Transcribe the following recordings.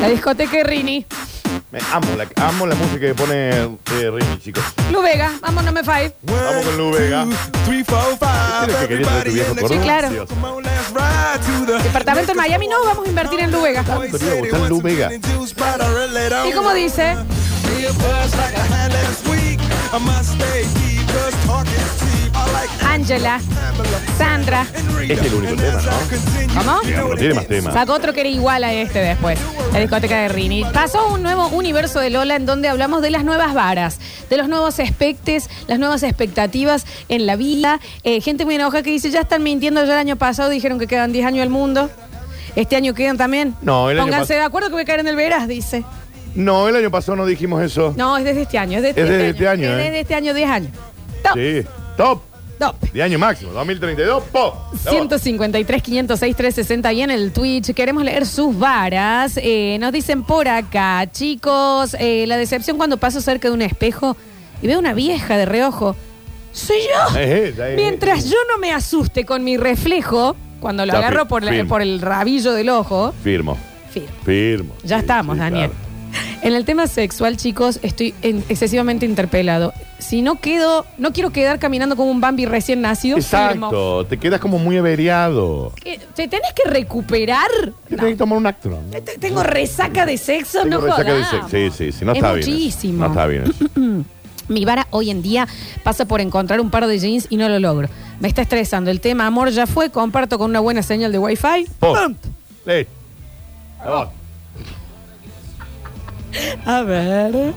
La discoteca de Rini. Me amo, la, amo la música que pone eh, Rini, chicos. Lu Vega, vamos, no me five. Vamos con Lu Vega. ¿Qué es lo que quería tener tu viejo Sí, Córdoba? claro. Dios. Departamento en Miami, no, vamos a invertir en Lu Vega. Tanto te iba a gustar Lu Vega. Y como dice, Angela, Sandra. Este Es el único tema, ¿no? ¿Cómo? Digamos, no tiene más temas. Sacó otro que era igual a este después, la discoteca de Rini. Pasó un nuevo universo de Lola en donde hablamos de las nuevas varas, de los nuevos espectes, las nuevas expectativas en la vida. Eh, gente muy enojada que dice, ya están mintiendo, ya el año pasado dijeron que quedan 10 años el mundo. Este año quedan también. No, el año Pónganse pas- de acuerdo que voy a caer en el veras, dice. No, el año pasado no dijimos eso. No, es desde este año. Es desde, Es desde este año, Es ¿eh? desde este año, 10 años. Top, Sí. Top. top. 10 años máximo. 2032. ¡Pop! 153, 506, 360 y en el Twitch. Queremos leer sus varas. Eh, nos dicen por acá, chicos, eh, la decepción cuando paso cerca de un espejo y veo una vieja de reojo. Soy yo. Es ella, es Mientras ella. yo no me asuste con mi reflejo, cuando lo Ya, agarro fir- por, la- firme. por el rabillo del ojo, Firmo. firme. Firmo. Ya Sí, estamos, sí, Daniel. claro. En el tema sexual, chicos, estoy en- excesivamente interpelado. Si no quedo, no quiero quedar caminando como un Bambi recién nacido, firmo. Exacto. Te quedas como muy averiado. ¿Qué? ¿Te tenés que recuperar? Te No. Tenés que tomar un acto. ¿no? Te- Tengo resaca de sexo, Tengo no resaca de jodamos. sexo. Sí, sí, sí. No Es está bien. eso. muchísimo. No está bien. eso. Mi vara hoy en día pasa por encontrar un par de jeans y no lo logro. Me está estresando. El tema amor ya fue, comparto con una buena señal de wifi. Pop. Ley. A vos. A ver.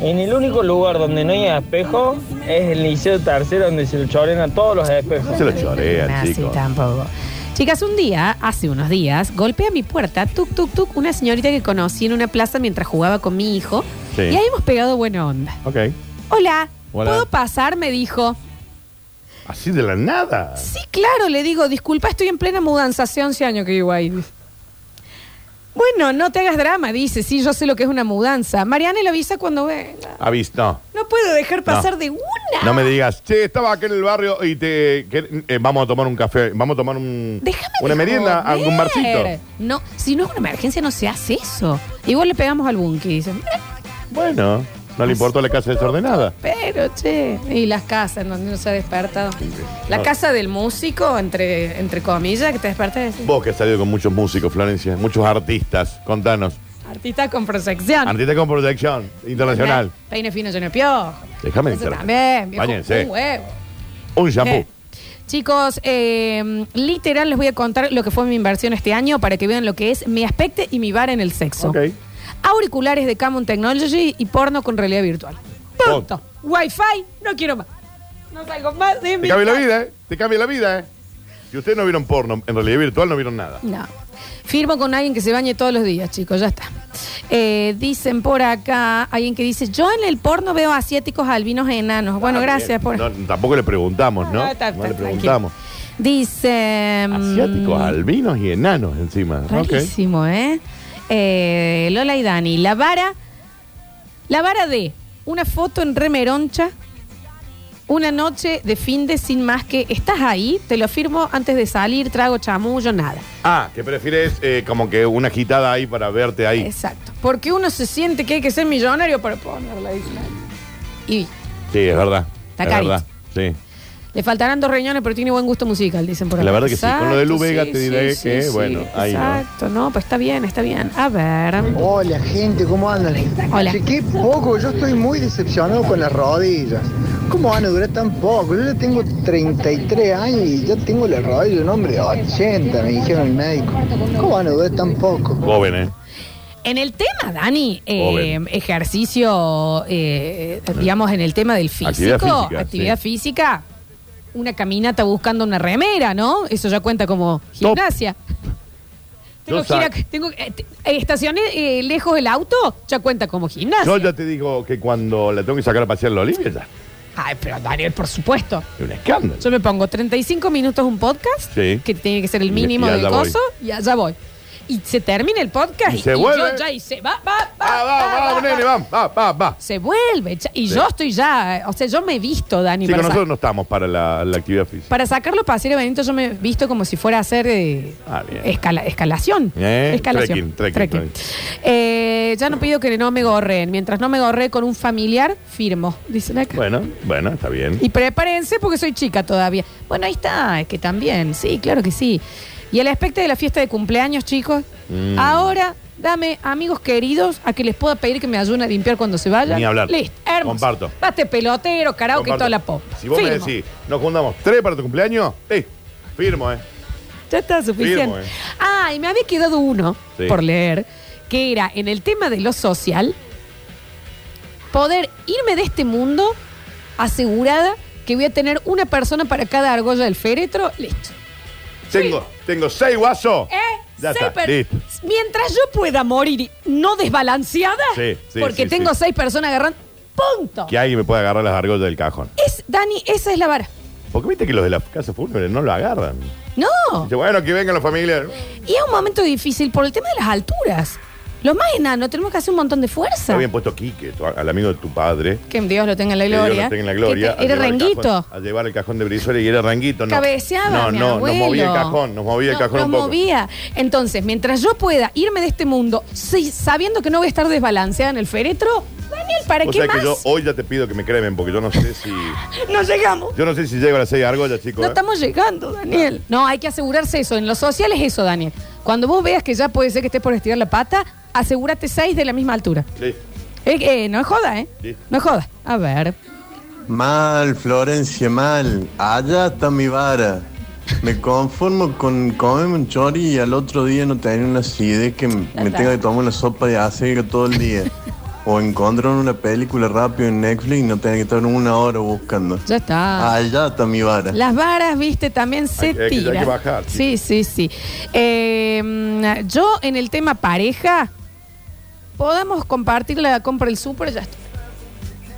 En el único lugar donde no hay espejo es el liceo tercero donde se lo choren a todos los espejos. Se lo No, chorean, así chicos. tampoco. Chicas, un día, hace unos días, golpea mi puerta, tuk, tuk, tuk, una señorita que conocí en una plaza mientras jugaba con mi hijo. Sí. Y ahí hemos pegado buena onda. Ok. Hola, Hola. ¿puedo pasar? Me dijo. Así de la nada. Sí, claro, le digo, disculpa, estoy en plena mudanza, hace 11 años que vivo ahí. Bueno, no te hagas drama, dice, sí, yo sé lo que es una mudanza. Mariana le avisa cuando venga. Aviso. No puedo dejar pasar de una. No me digas, che, estaba acá en el barrio y te que- eh, vamos a tomar un café, vamos a tomar un, Déjame una de merienda, joder. algún barcito. No, si no es una emergencia no se hace eso. Igual le pegamos al bunky, dicen. "Eh, Bueno, no le importó la casa desordenada. Pero, che. Y las casas en donde no se ha despertado. La No. casa del músico, entre, entre comillas, que te despertas y decís, Vos que has salido con muchos músicos, Florencia, muchos artistas, contanos. Artista con proyección. Artista con proyección internacional. Peine- Peine fino, lleno de piojo. Déjame Eso entrar. También, viejo, Báñense. un huevo. Un shampoo. Eh. Chicos, eh, literal les voy a contar lo que fue mi inversión este año para que vean lo que es mi aspecto y mi vara en el sexo. Ok. Auriculares de Camon Technology y porno con realidad virtual. Punto. Punto. Wi-Fi, no quiero más. No salgo más de mi Te cambia la casa. vida, ¿eh? Te cambia la vida, ¿eh? Si ustedes no vieron porno, en realidad virtual no vieron nada. No. Firmo con alguien que se bañe todos los días, chicos, ya está. Eh, dicen por acá, alguien que dice, yo en el porno veo asiáticos albinos enanos. Bueno, Ah, gracias bien. por... No, tampoco le preguntamos, ¿no? Ah, está, No está, le tranquilo. preguntamos. Dice... mm, Asiáticos, albinos y enanos encima. Ok. Rarísimo, ¿eh? ¿eh? Lola y Dani, la vara, la vara de una foto en remeroncha, una noche de fin de sin más que estás ahí, te lo firmo antes de salir, trago chamullo, nada. Ah, que prefieres eh, como que una agitada ahí para verte ahí. Exacto. Porque uno se siente que hay que ser millonario para ponerla ahí. Y Sí, es verdad. Está es carito. verdad. Sí. le faltarán dos riñones, pero tiene buen gusto musical, dicen por acá. La verdad que sí. Con lo de Lu Exacto, Vega te diré que, bueno, ahí no. Exacto, no. pues está bien, está bien. A ver. Hola gente, ¿cómo andan? Hola. Che, qué poco, yo estoy muy decepcionado con las rodillas. ¿Cómo van a durar tan poco? Yo ya tengo 33 años y ya tengo las rodillas, un hombre de 80, me dijeron el médico. ¿Cómo van a durar tan poco? Joven, ¿eh? En el tema, Dani, eh, Joven. ejercicio, eh, digamos, en el tema del físico, Actividad física, actividad sí. física, una caminata buscando una remera, ¿no? Eso ya cuenta como gimnasia. Tengo, Yo sa- gira- tengo- eh, te- eh, estacioné eh, lejos el auto, ya cuenta como gimnasia. Yo ya te digo que cuando la tengo que sacar a pasear a la Olivia ya. Ay, pero Daniel, por supuesto. Es un escándalo. Yo me pongo 35 minutos un podcast, Sí. que tiene que ser Y- el mínimo y del allá voy. coso, y allá voy. y se termina el podcast Y se vuelve. yo ya hice. Va, va, va. Ah, va, va, va, va, nene, va. va, va, va, va. Se vuelve. cha- Y yo estoy ya. eh, O sea, yo me he visto, Dani. Chicos, para, sa- nosotros no estamos para la, la actividad física. para sacarlo para hacer el evento, yo me he visto como si fuera a hacer eh, Ah, bien. escala- escalación. Eh, escalación. trekking, trekking, Eh, ya no pido que no me gorreen. Mientras no me gorree con un familiar, firmo. Dicen acá. Bueno, bueno, está bien. Y prepárense porque soy chica todavía. Bueno, ahí está, es que también, sí, claro que sí. Y el aspecto de la fiesta de cumpleaños, chicos, Mm. ahora dame amigos queridos a que les pueda pedir que me ayuden a limpiar cuando se vayan. Ni hablar. Listo, hermoso. Comparto. Date pelotero, karaoke y Comparto. toda la pop. Si vos me Firmo. decís, nos juntamos tres para tu cumpleaños, sí, firmo, ¿eh? Ya está suficiente. Firmo, eh. Ah, y me había quedado uno Sí. por leer, que era en el tema de lo social, poder irme de este mundo asegurada que voy a tener una persona para cada argolla del féretro, listo. Tengo, tengo seis guasos. ¿Eh? Ya Seis está, per- listo. Mientras yo pueda morir y no desbalanceada, Sí, sí, porque sí, tengo sí. seis personas agarrando, punto. Que alguien me pueda agarrar las argollas del cajón. Es, Dani, esa es la vara. Porque viste que los de la casa fúnebre no lo agarran. No. Dice, bueno, que vengan los familiares. Y es un momento difícil por el tema de las alturas. Los más enanos tenemos que hacer un montón de fuerza. Está bien puesto Quique, tu- al amigo de tu padre. Que Dios lo tenga en la que Dios gloria. lo tenga en la gloria. Que a te- Era llevar el renguito. cajón- A llevar el cajón de Brizuela y era ranguito. No, Cabeceaba. No, mi no, abuelo. nos movía el cajón, nos movía el No, cajón nos un poco. movía. Entonces, mientras yo pueda irme de este mundo sí, sabiendo que no voy a estar desbalanceada en el féretro, Daniel, ¿para O qué sea más? que yo hoy ya te pido que me cremen, porque yo no sé si. No llegamos. Yo no sé si llego a las seis argollas, chicos. No ¿eh? estamos llegando, Daniel. No, hay que asegurarse eso. En lo social es eso, Daniel. Cuando vos veas que ya puede ser que estés por estirar la pata, asegúrate seis de la misma altura. Sí. Eh, eh, no es joda, ¿eh? Sí. No es joda. A ver. Mal, Florencia, mal. Allá está mi vara. Me conformo con comerme un chori y al otro día no tener una acidez que m- Ya me está. tenga que tomar una sopa de acero todo el día. o encontrar una película rápido en Netflix y no tener que estar una hora buscando. Ya está. Allá está mi vara. Las varas, viste, también se Hay que- hay que- hay que tiran. bajar, Sí, sí, sí. Eh, mm, yo en el tema pareja, podamos compartir la compra del súper, ya está.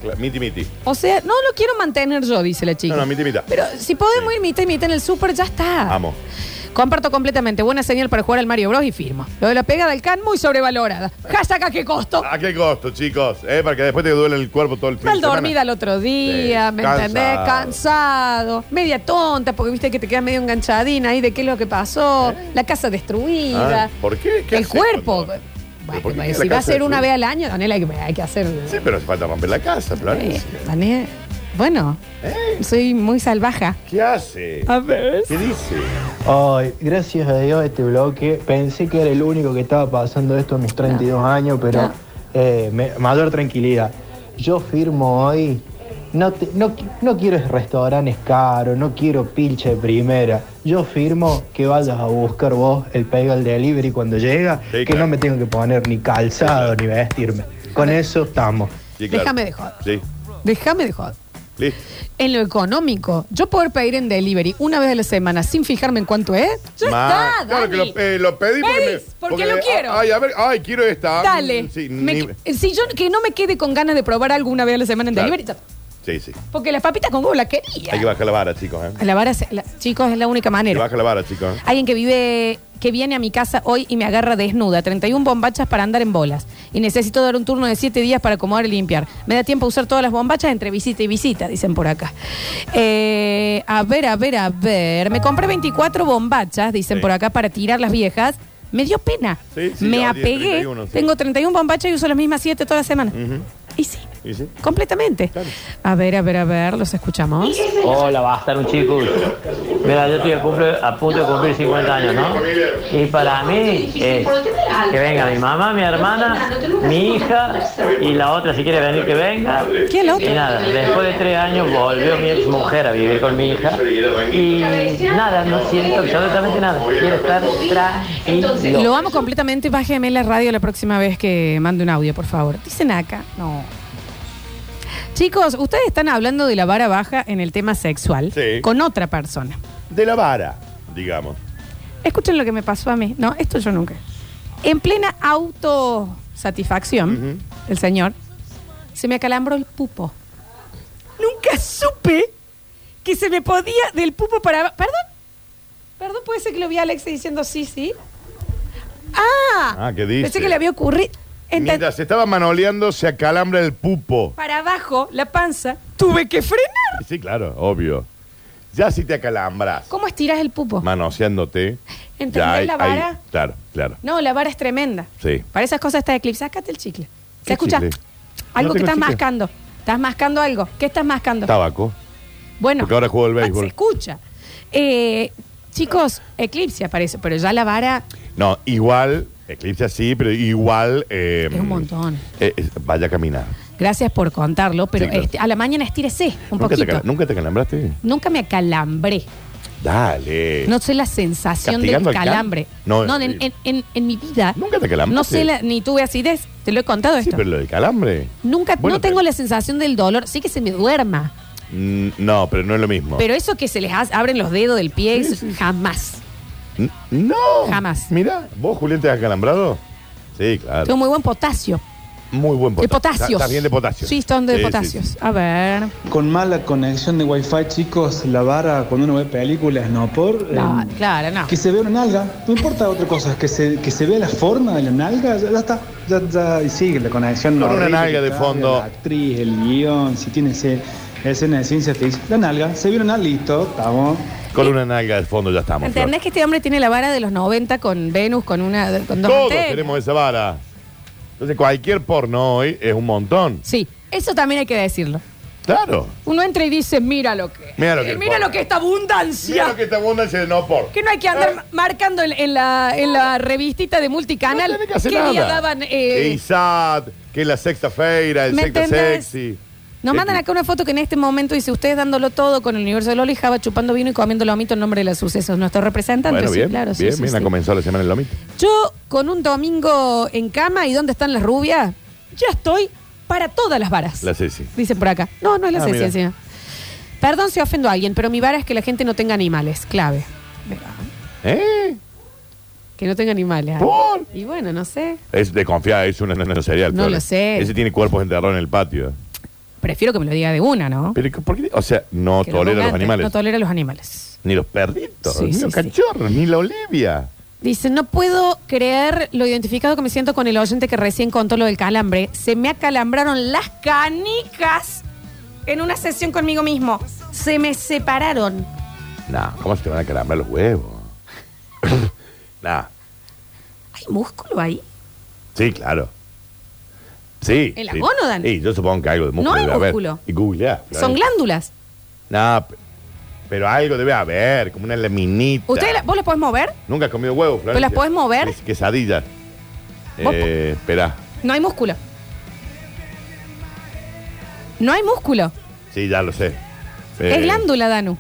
Cla- Miti, miti. O sea, no lo quiero mantener yo, dice la chica. No, no, miti, mita. Pero si podemos ir mitad y mitad en el súper, ya está. Vamos. Comparto completamente. Buena señal para jugar al Mario Bros. y firmo. Lo de la pega del can, muy sobrevalorada. Hashtag a qué costo. ¿A qué costo, chicos? ¿Eh? Para que después te duele el cuerpo todo el fin de Mal semana. dormida el otro día, Sí, ¿me cansado. entendés? Cansado, media tonta, porque viste que te quedas medio enganchadina ahí de qué es lo que pasó, la casa destruida. ¿Eh? Ah, ¿por qué? ¿Qué el haces cuerpo. cuando- Bueno, por qué queda si la va a casa ser una destruida? vez al año, Daniel, hay que, hay que hacer. Sí, pero hace falta romper la casa, Eh, Florencia. Daniel, bueno, ¿Eh? soy muy salvaja. ¿Qué hace? A ver. ¿Qué dice? Ay, gracias a Dios este bloque. Pensé que era el único que estaba pasando esto en mis 32 años, pero No. eh, me- mayor tranquilidad. Yo firmo hoy. No, te- no, qui- no quiero restaurantes caros, no quiero pilcha de primera. Yo firmo que vayas a buscar vos el pega al delivery cuando llega, Sí, que claro. no me tengo que poner ni calzado ni vestirme. Con eso estamos. Sí, claro. Déjame de joder. Sí, Déjame de joder. listo. En lo económico, yo poder pedir en delivery una vez a la semana sin fijarme en cuánto es, ya Ma- está, Claro Dani. que lo, eh, lo pedí porque, me- Pedís, porque lo quiero. Ay, a ver, ay, quiero esta. Mm, Dale. Sí, Me- ni- si yo que no me quede con ganas de probar algo una vez a la semana en Claro. delivery, ya- sí, sí. porque las papitas con huevo la quería. Hay que bajar la vara, chicos. ¿eh? La vara, se- la- chicos, es la única Hay que manera. bajar la vara, chicos. ¿eh? Alguien que vive, que viene a mi casa hoy y me agarra desnuda, 31 bombachas para andar en bolas. Y necesito dar un turno de 7 días para acomodar y limpiar. Me da tiempo a usar todas las bombachas entre visita y visita, dicen por acá. Eh, a ver, a ver, a ver. Me compré 24 bombachas, dicen Sí. por acá, para tirar las viejas. Me dio pena. Sí, sí, me ahora tiene apegué. 31, sí. Tengo 31 bombachas y uso las mismas 7 toda la semana. Ujú. Y sí. ¿Y sí? Completamente. Claro. A ver, a ver, a ver, los escuchamos. Hola, bastaron chicos. Mira, yo estoy a, cumple- a punto de cumplir 50 años, ¿no? Y para mí es que venga mi mamá, mi hermana, mi hija y la otra, si quiere venir, que venga. ¿Quién es la Y otra? nada, después de tres años volvió mi ex mujer a vivir con mi hija y nada, no siento absolutamente nada. Quiero estar tranquilo. Lo amo completamente. Bájeme la radio la próxima vez que mande un audio, por favor. Dicen acá. No. Chicos, ustedes están hablando de la vara baja en el tema sexual Sí. con otra persona. De la vara, digamos. Escuchen lo que me pasó a mí. No, esto yo nunca. En plena autosatisfacción, el señor se me acalambró el pupo. Nunca supe que se me podía del pupo para. ab- ¿Perdón? ¿Perdón? ¿Puede ser que lo vi a Alexa diciendo sí, sí? Ah, Ah, ¿qué dice? Pensé que le había ocurrido. Enten- Mientras se estaba manoleando, se acalambra el pupo. Para abajo, la panza. Tuve que frenar. Sí, claro, obvio. Ya si te acalambras ¿Cómo estiras el pupo? manoseándote. ¿Entendés ya hay- la hay- vara? claro, claro. No, la vara es tremenda. Sí. Para esas cosas está Eclipse. Sácate el chicle. ¿Se ¿Qué escucha? chicle? Algo No que tengo estás chicle. mascando. Estás mascando algo. ¿Qué estás mascando? Tabaco. Bueno. ah, Porque ahora juego al béisbol. Se escucha. Eh, chicos, Eclipse aparece, pero ya la vara. No, igual, eclipse sí, pero igual. eh, Es un montón. eh, eh, vaya a caminar. Gracias por contarlo, pero Sí, claro. este, a la mañana estírese un ¿Nunca te, poquito. acal- ¿Nunca te acalambraste? Nunca me acalambré. Dale. No sé la sensación Eh, ¿Castigando del al can? calambre. No, No, en, eh, en- en- en mi vida. ¿Nunca te acalambraste? No sé, la- ni tuve acidez. Te lo he contado Sí, esto. pero lo del calambre. Nunca, Bueno, no tengo pero- la sensación del dolor. Sí que se me duerma. Mm, No, pero no es lo mismo. Pero eso que se les hace- abren los dedos del pie, eso- jamás. N- No. Jamás. Mira, vos, Julián, te has acalambrado. Sí, Tengo claro. muy buen potasio. Muy buen De potasio. potasios. Está- está bien de potasio. Sí, son de Sí, sí, potasios. sí. A ver. Con mala conexión de wifi, chicos, la vara cuando uno ve películas, no por... No, eh, claro, no. Que se vea una nalga, no importa otra cosa, que se, que se vea la forma de la nalga, ya, ya está, ya, ya, y sigue la conexión. Con una horrible nalga que de cambia fondo. La actriz, el guión, si tiene ese, escena de ciencia ficción, la nalga, se vio una nalga, listo, estamos. Con una nalga de fondo ya estamos. ¿Entendés que este hombre tiene la vara de los 90 con Venus, con una. Con dos Todos antenas? tenemos esa vara. Entonces, cualquier porno hoy es un montón. Sí, eso también hay que decirlo. Claro. Uno entra y dice, mira lo que. Mira lo que- eh, mira lo que esta abundancia. Mira lo que Ah. esta abundancia de no por. Que no hay que andar ma- marcando en, en la, en la revistita de multicanal No tenés que hacer qué día nada. daban. eh, Que ISAT, que la sexta feira, el ¿Me sexta entendés? sexy. Nos Eh, mandan acá una foto que en este momento dice ustedes dándolo todo con el universo de Lola y Java chupando vino y comiendo lomito en nombre de los sucesos. Nuestro representante, Bueno, sí, bien, claro, sí, bien, sí, bien, ha sí. comenzado la semana en Lomito. Yo con un domingo en cama y dónde están las rubias, ya estoy para todas las varas. La Ceci. Dicen por acá. No, no es la Ah, Ceci mira. encima. Perdón si ofendo a alguien, pero mi vara es que la gente no tenga animales, clave. ¿Eh? Que no tenga animales. ¿ah? ¿Por? Y bueno, no sé. Es de confiar, es una nana serial. No Flores. lo sé. Ese tiene cuerpos enterrados en el patio. Prefiero que me lo diga de una, ¿no? Pero, ¿por qué? O sea, no Que lo tolera ponga a los antes. animales. No tolera los animales. ni los perritos, Sí, ni sí, los sí. cachorros, ni la Olivia. Dice, no puedo creer lo identificado que me siento con el oyente que recién contó lo del calambre. Se me acalambraron las canicas en una sesión conmigo mismo. Se me separaron. No, ¿cómo se te van a calambrar los huevos? nah, ¿Hay músculo ahí? sí, claro. Sí. ¿En la sí. gónodan? Sí, yo supongo que algo de músculo No hay debe haber. músculo. Y googleá. Son glándulas. No, pero algo debe haber, como una laminita. ¿Usted la- ¿Vos las podés mover? Nunca has comido huevos, Florencia. las podés mover? Es quesadilla. Vos- Eh, esperá. No hay músculo. No hay músculo. Sí, ya lo sé. Eh, Es glándula, Danu.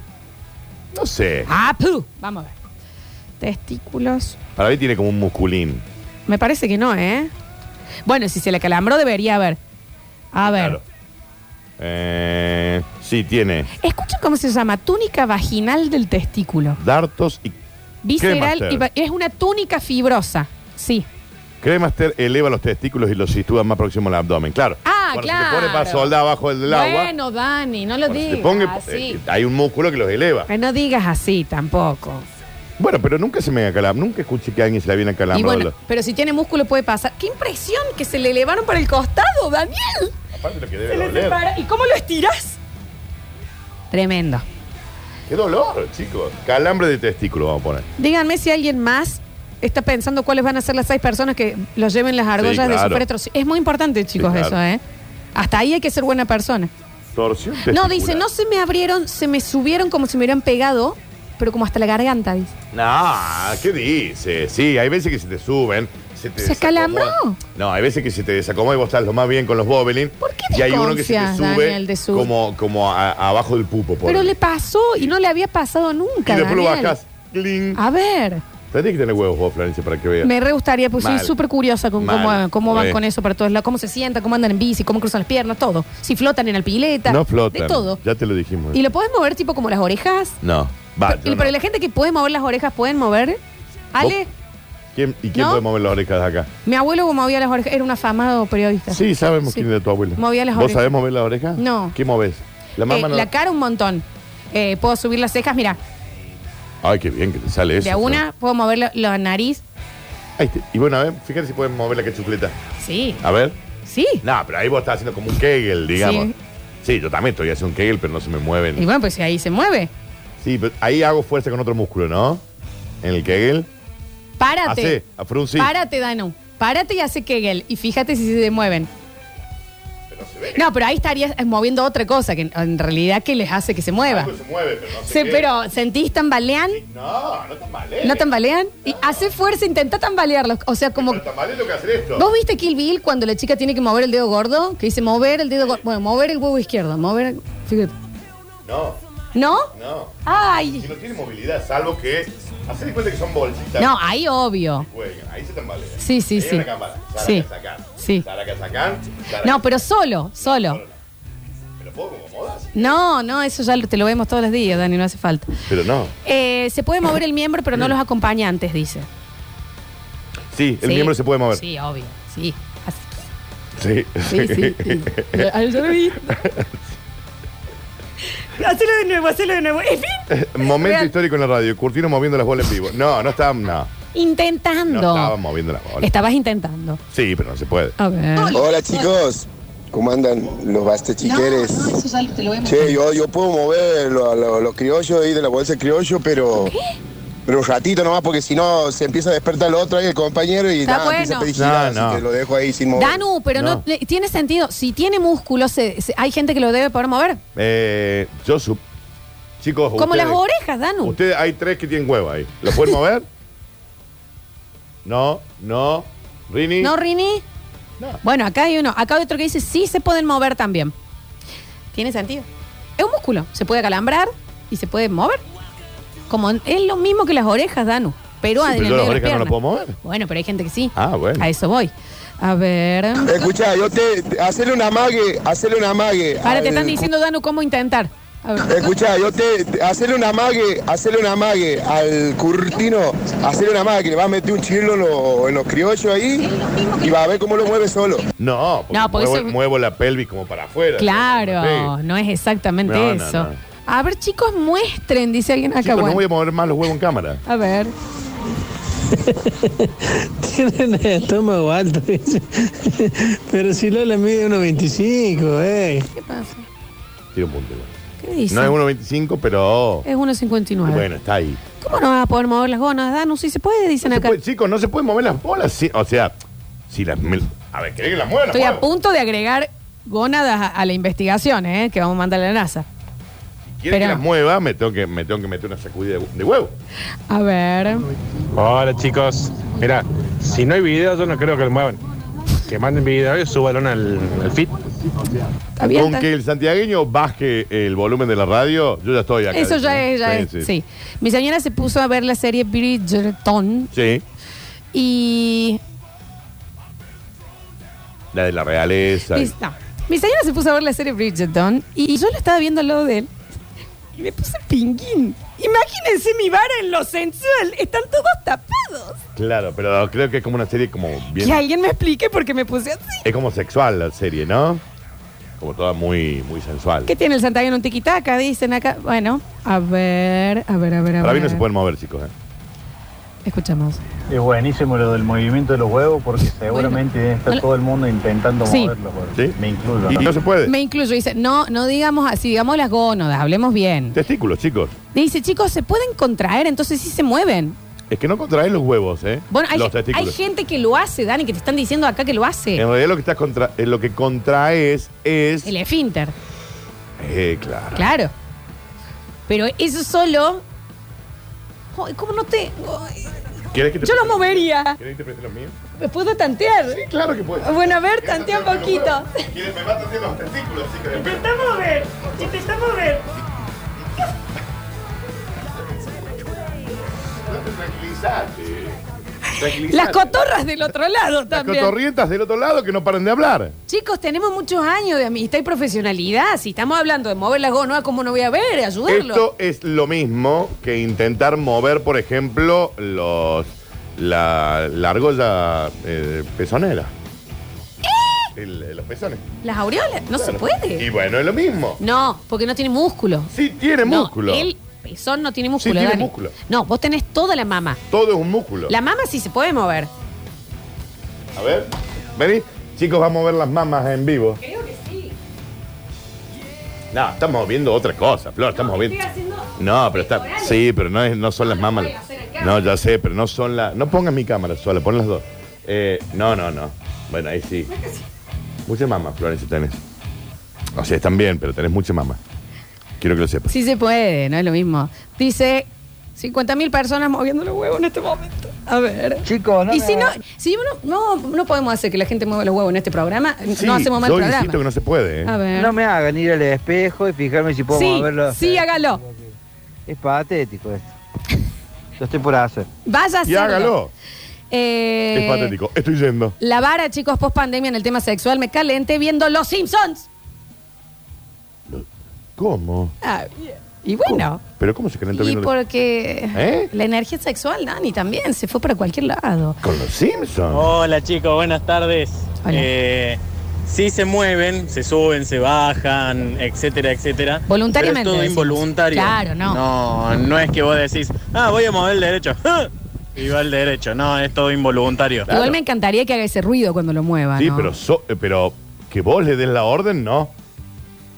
No sé. Ah, pu. Vamos a ver. Testículos. Para mí tiene como un musculín. Me parece que no, ¿eh? Bueno, si se le calambró debería haber. A ver. Claro. Eh, sí, tiene Escuchen cómo se llama. Túnica vaginal del testículo. dartos y Visceral. Cremaster. y va- es una túnica fibrosa. Sí. Cremaster eleva los testículos y los sitúa más próximo al abdomen. Claro. Ah, Cuando claro. Se te pone para soldar abajo del, del agua. Bueno, Dani, no lo cuando se te digas ponga, así. eh, hay un músculo que los eleva. Eh, no digas así tampoco. Bueno, pero nunca se me acalambró. Nunca escuché que alguien se la viene Y acalambrado. bueno, pero si tiene músculo puede pasar. ¡Qué impresión que se le elevaron para el costado, Daniel! Aparte lo que debe Se le doler. separa. ¿Y cómo lo estirás? Tremendo. Qué dolor, chicos. Calambre de testículo, vamos a poner. Díganme si alguien más está pensando cuáles van a ser las seis personas que los lleven las argollas de su claro. pretro. Es muy importante, chicos, claro. eso, ¿eh? Hasta ahí hay que ser buena persona. Torsión No, testicular. dice, no se me abrieron, se me subieron como si me hubieran pegado, pero como hasta la garganta, dice. No, ¿qué dice? Sí, hay veces que se te suben. Se, te ¿Se desacomoda. acalambró? No, hay veces que se te desacomoda y vos estás lo más bien con los bobelin. ¿Por qué Y hay uno que se te desconfías, sube Daniel, de su- como, como a- a abajo del pupo. por Pero ahí. le pasó y no le había pasado nunca. Y después lo Daniel. bajas. ¡Cling! A ver, Tenés que tener huevos vos, Florencia, para que veas. me re gustaría, pues soy Mal. súper curiosa con Mal. cómo, cómo van Re. con eso para todos lados, cómo se sientan, cómo andan en bici, cómo cruzan las piernas, todo. Si flotan en la pileta. No flotan. De todo. Ya te lo dijimos. Y lo puedes mover tipo como las orejas. No. Va, Pero, Ah, yo pero no. la gente que puede mover las orejas, ¿pueden mover? Ale, ¿Quién- ¿Y quién ¿No? puede mover las orejas acá? mi abuelo movía las orejas, era un afamado periodista. Sí, sabemos Sí. quién es tu abuela. Movía las ¿Vos orejas. sabés mover las orejas? No. ¿Qué moves? La mamá Eh, no. La cara un montón. Eh, puedo subir las cejas, mira, Ay, qué bien que te sale eso. de a una, puedo mover la, la nariz. Ahí está. Y bueno, a ver, fíjate si pueden mover la quechufleta. Sí, A ver. sí. No, pero ahí vos estás haciendo como un kegel, digamos. Sí. Sí. yo también estoy haciendo un kegel, pero no se me mueven. Y bueno, pues ahí se mueve. Sí, pero ahí hago fuerza con otro músculo, ¿no? En el kegel. Párate. Hace, a frunci. Párate, Danu. Párate y hace Kegel. Y fíjate si se mueven. No, pero ahí estarías eh, moviendo otra cosa que en- en realidad que les hace que se mueva. Algo se mueve, Ah, pero no sé Sí, qué. pero ¿sentís tambalean? No, ¿eh? no tambalees. ¿No tambalean? Y hace fuerza, intenta tambalearlos. O sea, como. Pero tambalees lo que hacer esto. ¿Vos viste Kill Bill cuando la chica tiene que mover el dedo gordo? Que dice mover el dedo gordo. Bueno, mover el huevo izquierdo. Mover. Fíjate. No, ¿No? no. Si ¡Ay! no tiene movilidad, salvo que. Haced de cuenta que son bolsitas. No, ahí obvio. Juegan, ahí se tambalea. Sí, sí, Ahí sí. hay una cámara. Saraca, Sí. sacan. Sí. Saraca, sacan. Saraca, No, pero solo, solo. Pero puedo como modas. No, no, eso ya lo- te lo vemos todos los días, Dani, no hace falta. Pero no. Eh, se puede mover el miembro, pero no los acompañantes, dice. Sí, el Sí. miembro se puede mover. Sí, obvio. Sí. Así. Sí. Sí, sí. sí. Ay, ya lo vi. Hacelo de nuevo, hacelo de nuevo. En fin. Momento Real. histórico en la radio. Curtino moviendo las bolas en vivo. No, no estaba. No, Intentando. no estaba moviendo las bolas. Estabas intentando. Sí, pero no se puede. A ver. Hola chicos, ¿cómo andan los bastechiqueres? Che, yo, yo puedo mover lo- lo- los criollos ahí de la bolsa de criollo, pero, pero un ratito nomás, porque si no se empieza a despertar el otro ahí, el compañero, y Está nada, empieza a bueno. pedir giras, No, no. así que lo dejo ahí sin mover. Danu, pero no. No. le- tiene sentido. Si tiene músculo, se- se- hay gente que lo debe poder mover. Eh, yo sup- Chicos, Como ustedes- las orejas, Danu. Ustedes, hay tres que tienen hueva ahí. ¿Lo pueden mover? no, no. Rini. ¿No, Rini? No. Bueno, acá hay uno. Acá hay otro que dice, sí, se pueden mover también. Tiene sentido. Es un músculo. Se puede calambrar y se puede mover. Como en- es lo mismo que las orejas, Danu. Pero, Sí, en pero el yo las medio de orejas no las piernas. puedo mover. Bueno, pero hay gente que sí. Ah, bueno. A eso voy. A ver. Escucha, yo te, te- hacele un amague, hacele un amague. Ahora te al- están diciendo, Danu, Eh, cómo intentar. A ver. Escucha, yo te, te- hacele un amague, hacele un amague al curtino, hacele un amague, que le va a meter un chirlo en, lo- en los criollos ahí y va a ver cómo lo mueve solo. No, porque, No, porque eso- muevo, muevo la pelvis como para afuera. Claro, Eh, Sí. no es exactamente No, no, eso. no. A ver, chicos, muestren, dice alguien acá. Chicos, no Ah, bueno. voy a mover más los huevos en cámara. a ver. Tienen el estómago alto, dice. Pero si Lola mide 1.25, eh. ¿Qué pasa? Tira un punto. ¿Qué dice? No es 1.25, pero. Es 1.59. Bueno, está ahí. ¿Cómo no vas a poder mover las gonas, Danu? Si se puede, dicen No se acá. puede- chicos, no se pueden mover las bolas. sí. o sea, si las. mil- A ver, ¿querés que las mueva? Las Estoy a muevo. punto de agregar gónadas a, a la investigación, ¿eh? Que vamos a mandar a la NASA. ¿Quieres que Pero- las mueva? Me tengo que, me tengo que meter una sacudida de, de huevo. A ver. Hola chicos, mira, si no hay video yo no creo que lo muevan. Que manden video y suban al, al feed. ¿Está bien? Con está- que el santiagueño baje el volumen de la radio, yo ya estoy acá. ¿eh? Eso ya es, ya es. Sí, Mi señora se puso a ver la serie Bridgerton Sí, y. la de la realeza. y- no. Mi señora se puso a ver la serie Bridgerton y yo la estaba viendo al lado de él. Y me puse pinguín. Imagínense mi vara en lo sensual. Están todos tapados. Claro, pero creo que es como una serie como bien... Que alguien me explique por qué me puse así. Es como sexual la serie, ¿no? Como toda muy, muy sensual. ¿Qué tiene el Santana en un tiquitaca? Dicen acá. Bueno, a ver, a ver, a ver, a Para mí ver. no se pueden mover, chicos. ¿eh? Escuchamos. Es buenísimo lo del movimiento de los huevos porque seguramente Bueno. está Hola. todo el mundo intentando Sí. moverlos. ¿Sí? Me incluyo. Y no se puede. Me incluyo, dice, no, no digamos así, digamos las gónodas, hablemos bien. Testículos, chicos. Dice, chicos, se pueden contraer, entonces sí se mueven. Es que no contraes los huevos, ¿eh? Bueno, hay, los ge- hay testículos. gente que lo hace, Dani, que te están diciendo acá que lo hace. En realidad lo que estás contra, eh, lo que contraes es. El esfínter, Eh, claro. claro. Pero eso solo. Ay, ¿Cómo no te.? Ay, ¿Quieres que te Yo lo preste- movería. ¿Quieres que te preste los míos? ¿Me puedo tantear? Sí, claro que puedes. Bueno, a ver, tantea un poquito. ¿Quieres? Me matan los testículos, así que después. Intentamos ver, intentamos ver. Tranquilizate. Las Tranquilizate. cotorras del otro lado Las también. cotorrientas del otro lado que no paran de hablar. Chicos, tenemos muchos años de amistad y profesionalidad. Si estamos hablando de mover las gonoas, ¿cómo no voy a ver? Ayudarlo. Esto es lo mismo que intentar mover, por ejemplo, los la, la argolla eh, pezonera. El- eh, los pezones. Las aureolas, no se Claro. Y puede. bueno, es lo mismo. No, porque no tiene músculo. Sí tiene No, músculo. el pezón no tiene músculo. tiene Dani. músculo. No, vos tenés toda la mama. Todo es un músculo. La mama sí se puede mover. A ver. Vení. Chicos, vamos a ver las mamas en vivo. Creo que sí. No, estamos viendo otra cosa, Flor. Estamos viendo. Estoy haciendo. No, pero está. temporales. Sí, pero no, es- no son las mamas. voy a hacer acá. No, ya sé, pero no son las. No pongas mi cámara sola, pon las dos. Eh, no, no, no. Bueno, ahí sí. Muchas mamas, Florencia, tenés. O sea, están bien, pero tenés muchas mamas. Quiero que lo sepas. Sí se puede, no es lo mismo. Dice 50.000 personas moviendo los huevos en este momento. A ver. Chicos, no y me si no, hagan- si no, no, no podemos hacer que la gente mueva los huevos en este programa, Sí, no hacemos mal yo programa. insisto que no se puede. ¿eh? A ver. no me hagan ir al espejo y fijarme si puedo sí, moverlo. sí, hágalo. Es patético esto. Lo estoy por hacer. Vaya a Y hacerlo. hágalo. Eh, Es patético. Estoy yendo. La vara, chicos, post pandemia en el tema sexual me calenté viendo Los Simpsons. ¿Cómo? Ah, bien. y bueno. ¿Pero cómo se calentó Y viendo? porque ¿Eh? la energía sexual, Dani, también se fue para cualquier lado. Con los Simpsons. Hola chicos, buenas tardes. Hola. Eh, sí se mueven, se suben, se bajan, etcétera, etcétera. Pero Voluntariamente, es todo decimos. involuntario. Claro, no. No, no es que vos decís, ah, voy a mover el derecho. ¡Ah! Y va el derecho, no, es todo involuntario. Igual me encantaría que haga ese ruido cuando lo mueva. Sí, Ah, ¿no? pero, so- eh, pero que vos le des la orden, no.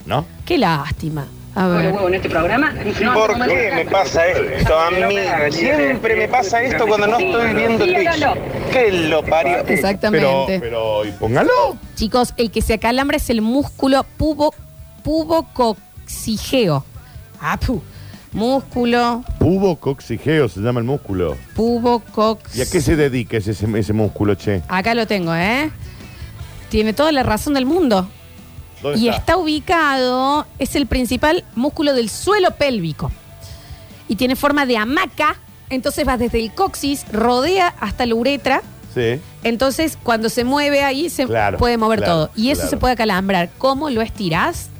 ¿No? Qué lástima. A ver. en este programa. ¿Por qué me pasa esto, amiga? Siempre me pasa esto cuando no estoy viendo Twitch. ¿Qué lo parió? Pero, Exactamente. pero, y póngalo. Chicos, el que se acalambra es el músculo pubo, pubocoxigeo. Apu. Ah, Músculo Pubocoxigeo se llama el músculo. pubocox. ¿Y a qué se dedica ese, ese- ese músculo, che? Acá lo tengo, ¿eh? Tiene toda la razón del mundo. ¿Dónde Y está ubicado, es el principal músculo del suelo pélvico. Y tiene forma de hamaca, entonces va desde el coxis, rodea hasta la uretra. Sí. Entonces, cuando se mueve ahí, se Claro, puede mover claro, todo. Y eso claro. se puede acalambrar. ¿Cómo lo estirás?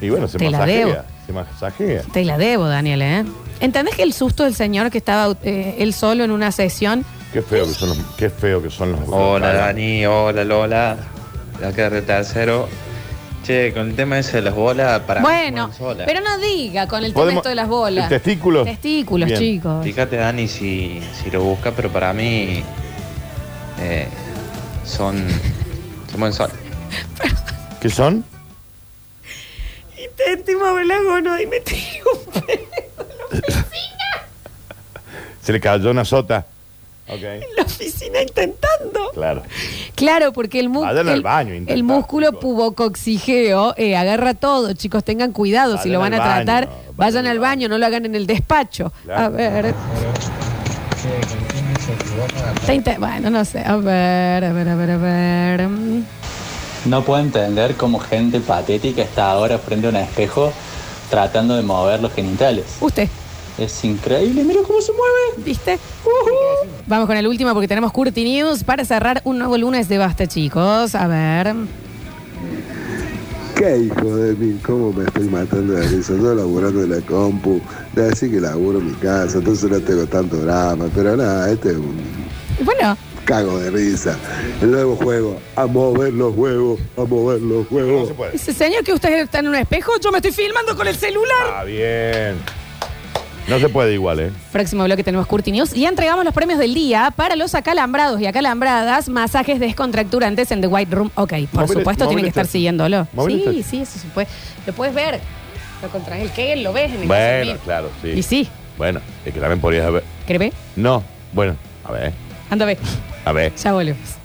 Y bueno, se Te la debo. masajea. Se masajea. Te la debo, Daniel, ¿eh? ¿Entendés que el susto del señor que estaba eh, él solo en una sesión? Qué feo que son los. Qué feo que son los. Hola los- Dani, hola Lola, de acá de tercero. Che, con el tema ese de las bolas, para mí bueno, fueron solas. pero no diga con el tema Podemos- esto de las bolas. Testículos. Testículos, Bien. chicos. Fíjate Dani si, si lo buscas, pero para mí eh, son, son buen sol. ¿Qué son? Intenté mover la gona y me tiro un pelo. Se le cayó una sota. Ok. la oficina intentando. Claro. Claro, porque el, mu- Vayan al el- baño, intentá, el músculo chicos. pubocoxigeo eh, agarra todo. Chicos, tengan cuidado. si Vayan lo van a al baño, tratar, vayan vayan al al baño, no lo hagan en el despacho. Claro. A ver. Está inte- Bueno, no sé. A ver, a ver, a ver, a ver. Mm. No puedo entender cómo gente patética está ahora frente a un espejo tratando de mover los genitales. Usted, Es increíble, mira cómo se mueve. ¿viste? Vamos con el último porque tenemos Curti News para cerrar un nuevo lunes de basta, chicos. A ver. ¿Qué hijo de mí? ¿Cómo me estoy matando de risa? Yo laburando en la compu, de así que laburo en mi casa, entonces no tengo tanto drama, pero nada, este es un Bueno, cago de risa. El nuevo juego, a mover los huevos, a mover los No huevos. se puede. ese señor que usted está en un espejo, yo me estoy filmando con el celular. Ah, bien. No se puede igual, ¿eh? Próximo bloque tenemos Curti News y entregamos los premios del día para los acalambrados y acalambradas, masajes descontracturantes en The White Room. Ok, por Móvil- supuesto tienen móvil que estar está- siguiéndolo. móvil sí, está- sí, eso se puede. Lo puedes ver. Lo contraes el que lo ves en el Bueno, caso mío. claro, sí. Y sí, Bueno, es que también podrías haber. ¿querés ver? No, bueno, a ver, Anda, ve. a ver. Ya volvemos.